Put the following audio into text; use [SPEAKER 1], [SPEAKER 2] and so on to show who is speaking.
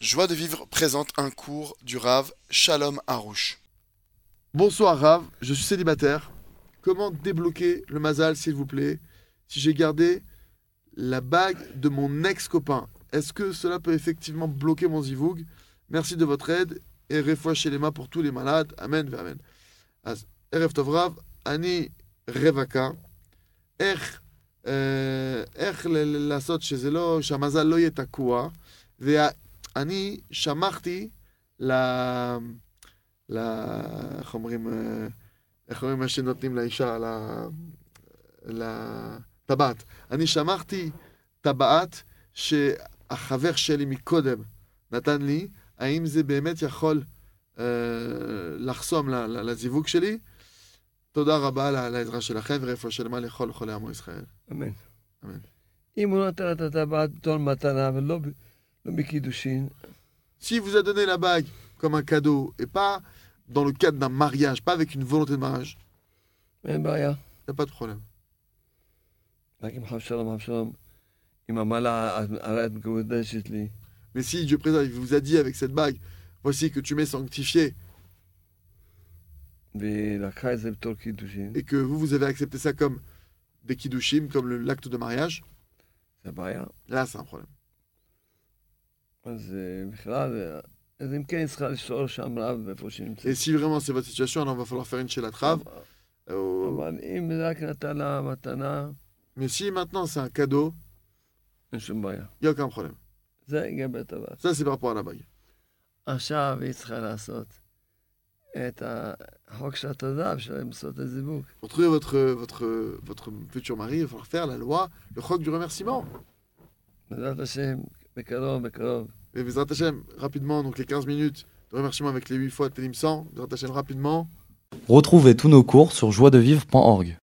[SPEAKER 1] Joie de vivre présente un cours du Rav Shalom Harouche.
[SPEAKER 2] Bonsoir Rav, je suis célibataire. Comment débloquer le Mazal, s'il vous plaît Si j'ai gardé la bague de mon ex-copain, est-ce que cela peut effectivement bloquer mon zivoug Merci de votre aide et refoua chez les mains pour tous les malades. Amen, amen. As Erev Tov Rav, Ani Revaka, euh, איך, אה, איך ל- לעשות שזה לא, שהמזל לא יהיה תקוע. ואני שמחתי ל... ל... איך אומרים, אה, איך אומרים מה שנותנים לאישה, ל- לטבעת. אני שמחתי טבעת שהחבר שלי מקודם נתן לי, האם זה באמת יכול אה, לחסום ל- ל- לזיווג שלי? תודה רבה על על העזרה שלכם ורפואה שלמה לכל חולי עמו ישראל.
[SPEAKER 3] אמן.
[SPEAKER 2] אמן.
[SPEAKER 3] אם הוא לא נתן את הטבעת בתור מתנה ולא ב- לא בקידושין,
[SPEAKER 2] S'il vous a donné la bague comme un cadeau et pas dans le cadre d'un mariage, pas avec une volonté de mariage,
[SPEAKER 3] אין בעיה.
[SPEAKER 2] il n'y a pas de problème.
[SPEAKER 3] רק אם חב שלום, חב שלום, עם המעלה הרעת מקודשת לי.
[SPEAKER 2] Mais si Dieu préserve, il vous a dit avec cette bague, voici que tu m'es sanctifié
[SPEAKER 3] והיא לקחה את זה בתור קידושין,
[SPEAKER 2] et que vous, vous avez accepté ça comme des kiddushim, comme le- l'acte de mariage,
[SPEAKER 3] זה בעיה.
[SPEAKER 2] là c'est un problème.
[SPEAKER 3] אז אה, בכלל, אה, אז אם כן, היא צריכה לשאול שם רב איפה שהיא
[SPEAKER 2] Et
[SPEAKER 3] נמצאת.
[SPEAKER 2] si vraiment c'est votre situation, alors il va falloir faire une chélat rave. Euh,
[SPEAKER 3] אבל אם זה רק נתן לה מתנה,
[SPEAKER 2] Mais si maintenant c'est un cadeau,
[SPEAKER 3] אין שום בעיה.
[SPEAKER 2] il n'y a aucun problème.
[SPEAKER 3] זה לגבי הטבעת.
[SPEAKER 2] Ça c'est par rapport à la bague.
[SPEAKER 3] עכשיו היא צריכה לעשות את החוק של התודה בשביל למסור את הזיווג.
[SPEAKER 2] Pour trouver votre, votre, votre futur mari, il va falloir faire la loi, le choc du remerciement.
[SPEAKER 3] בעזרת השם, בקרוב, בקרוב.
[SPEAKER 2] Et Bezrat Hashem, rapidement, donc les 15 minutes de remerciement avec les 8 fois Télim 100, Bezrat Hashem, rapidement.
[SPEAKER 4] Retrouvez tous nos cours sur joiedevivre.org.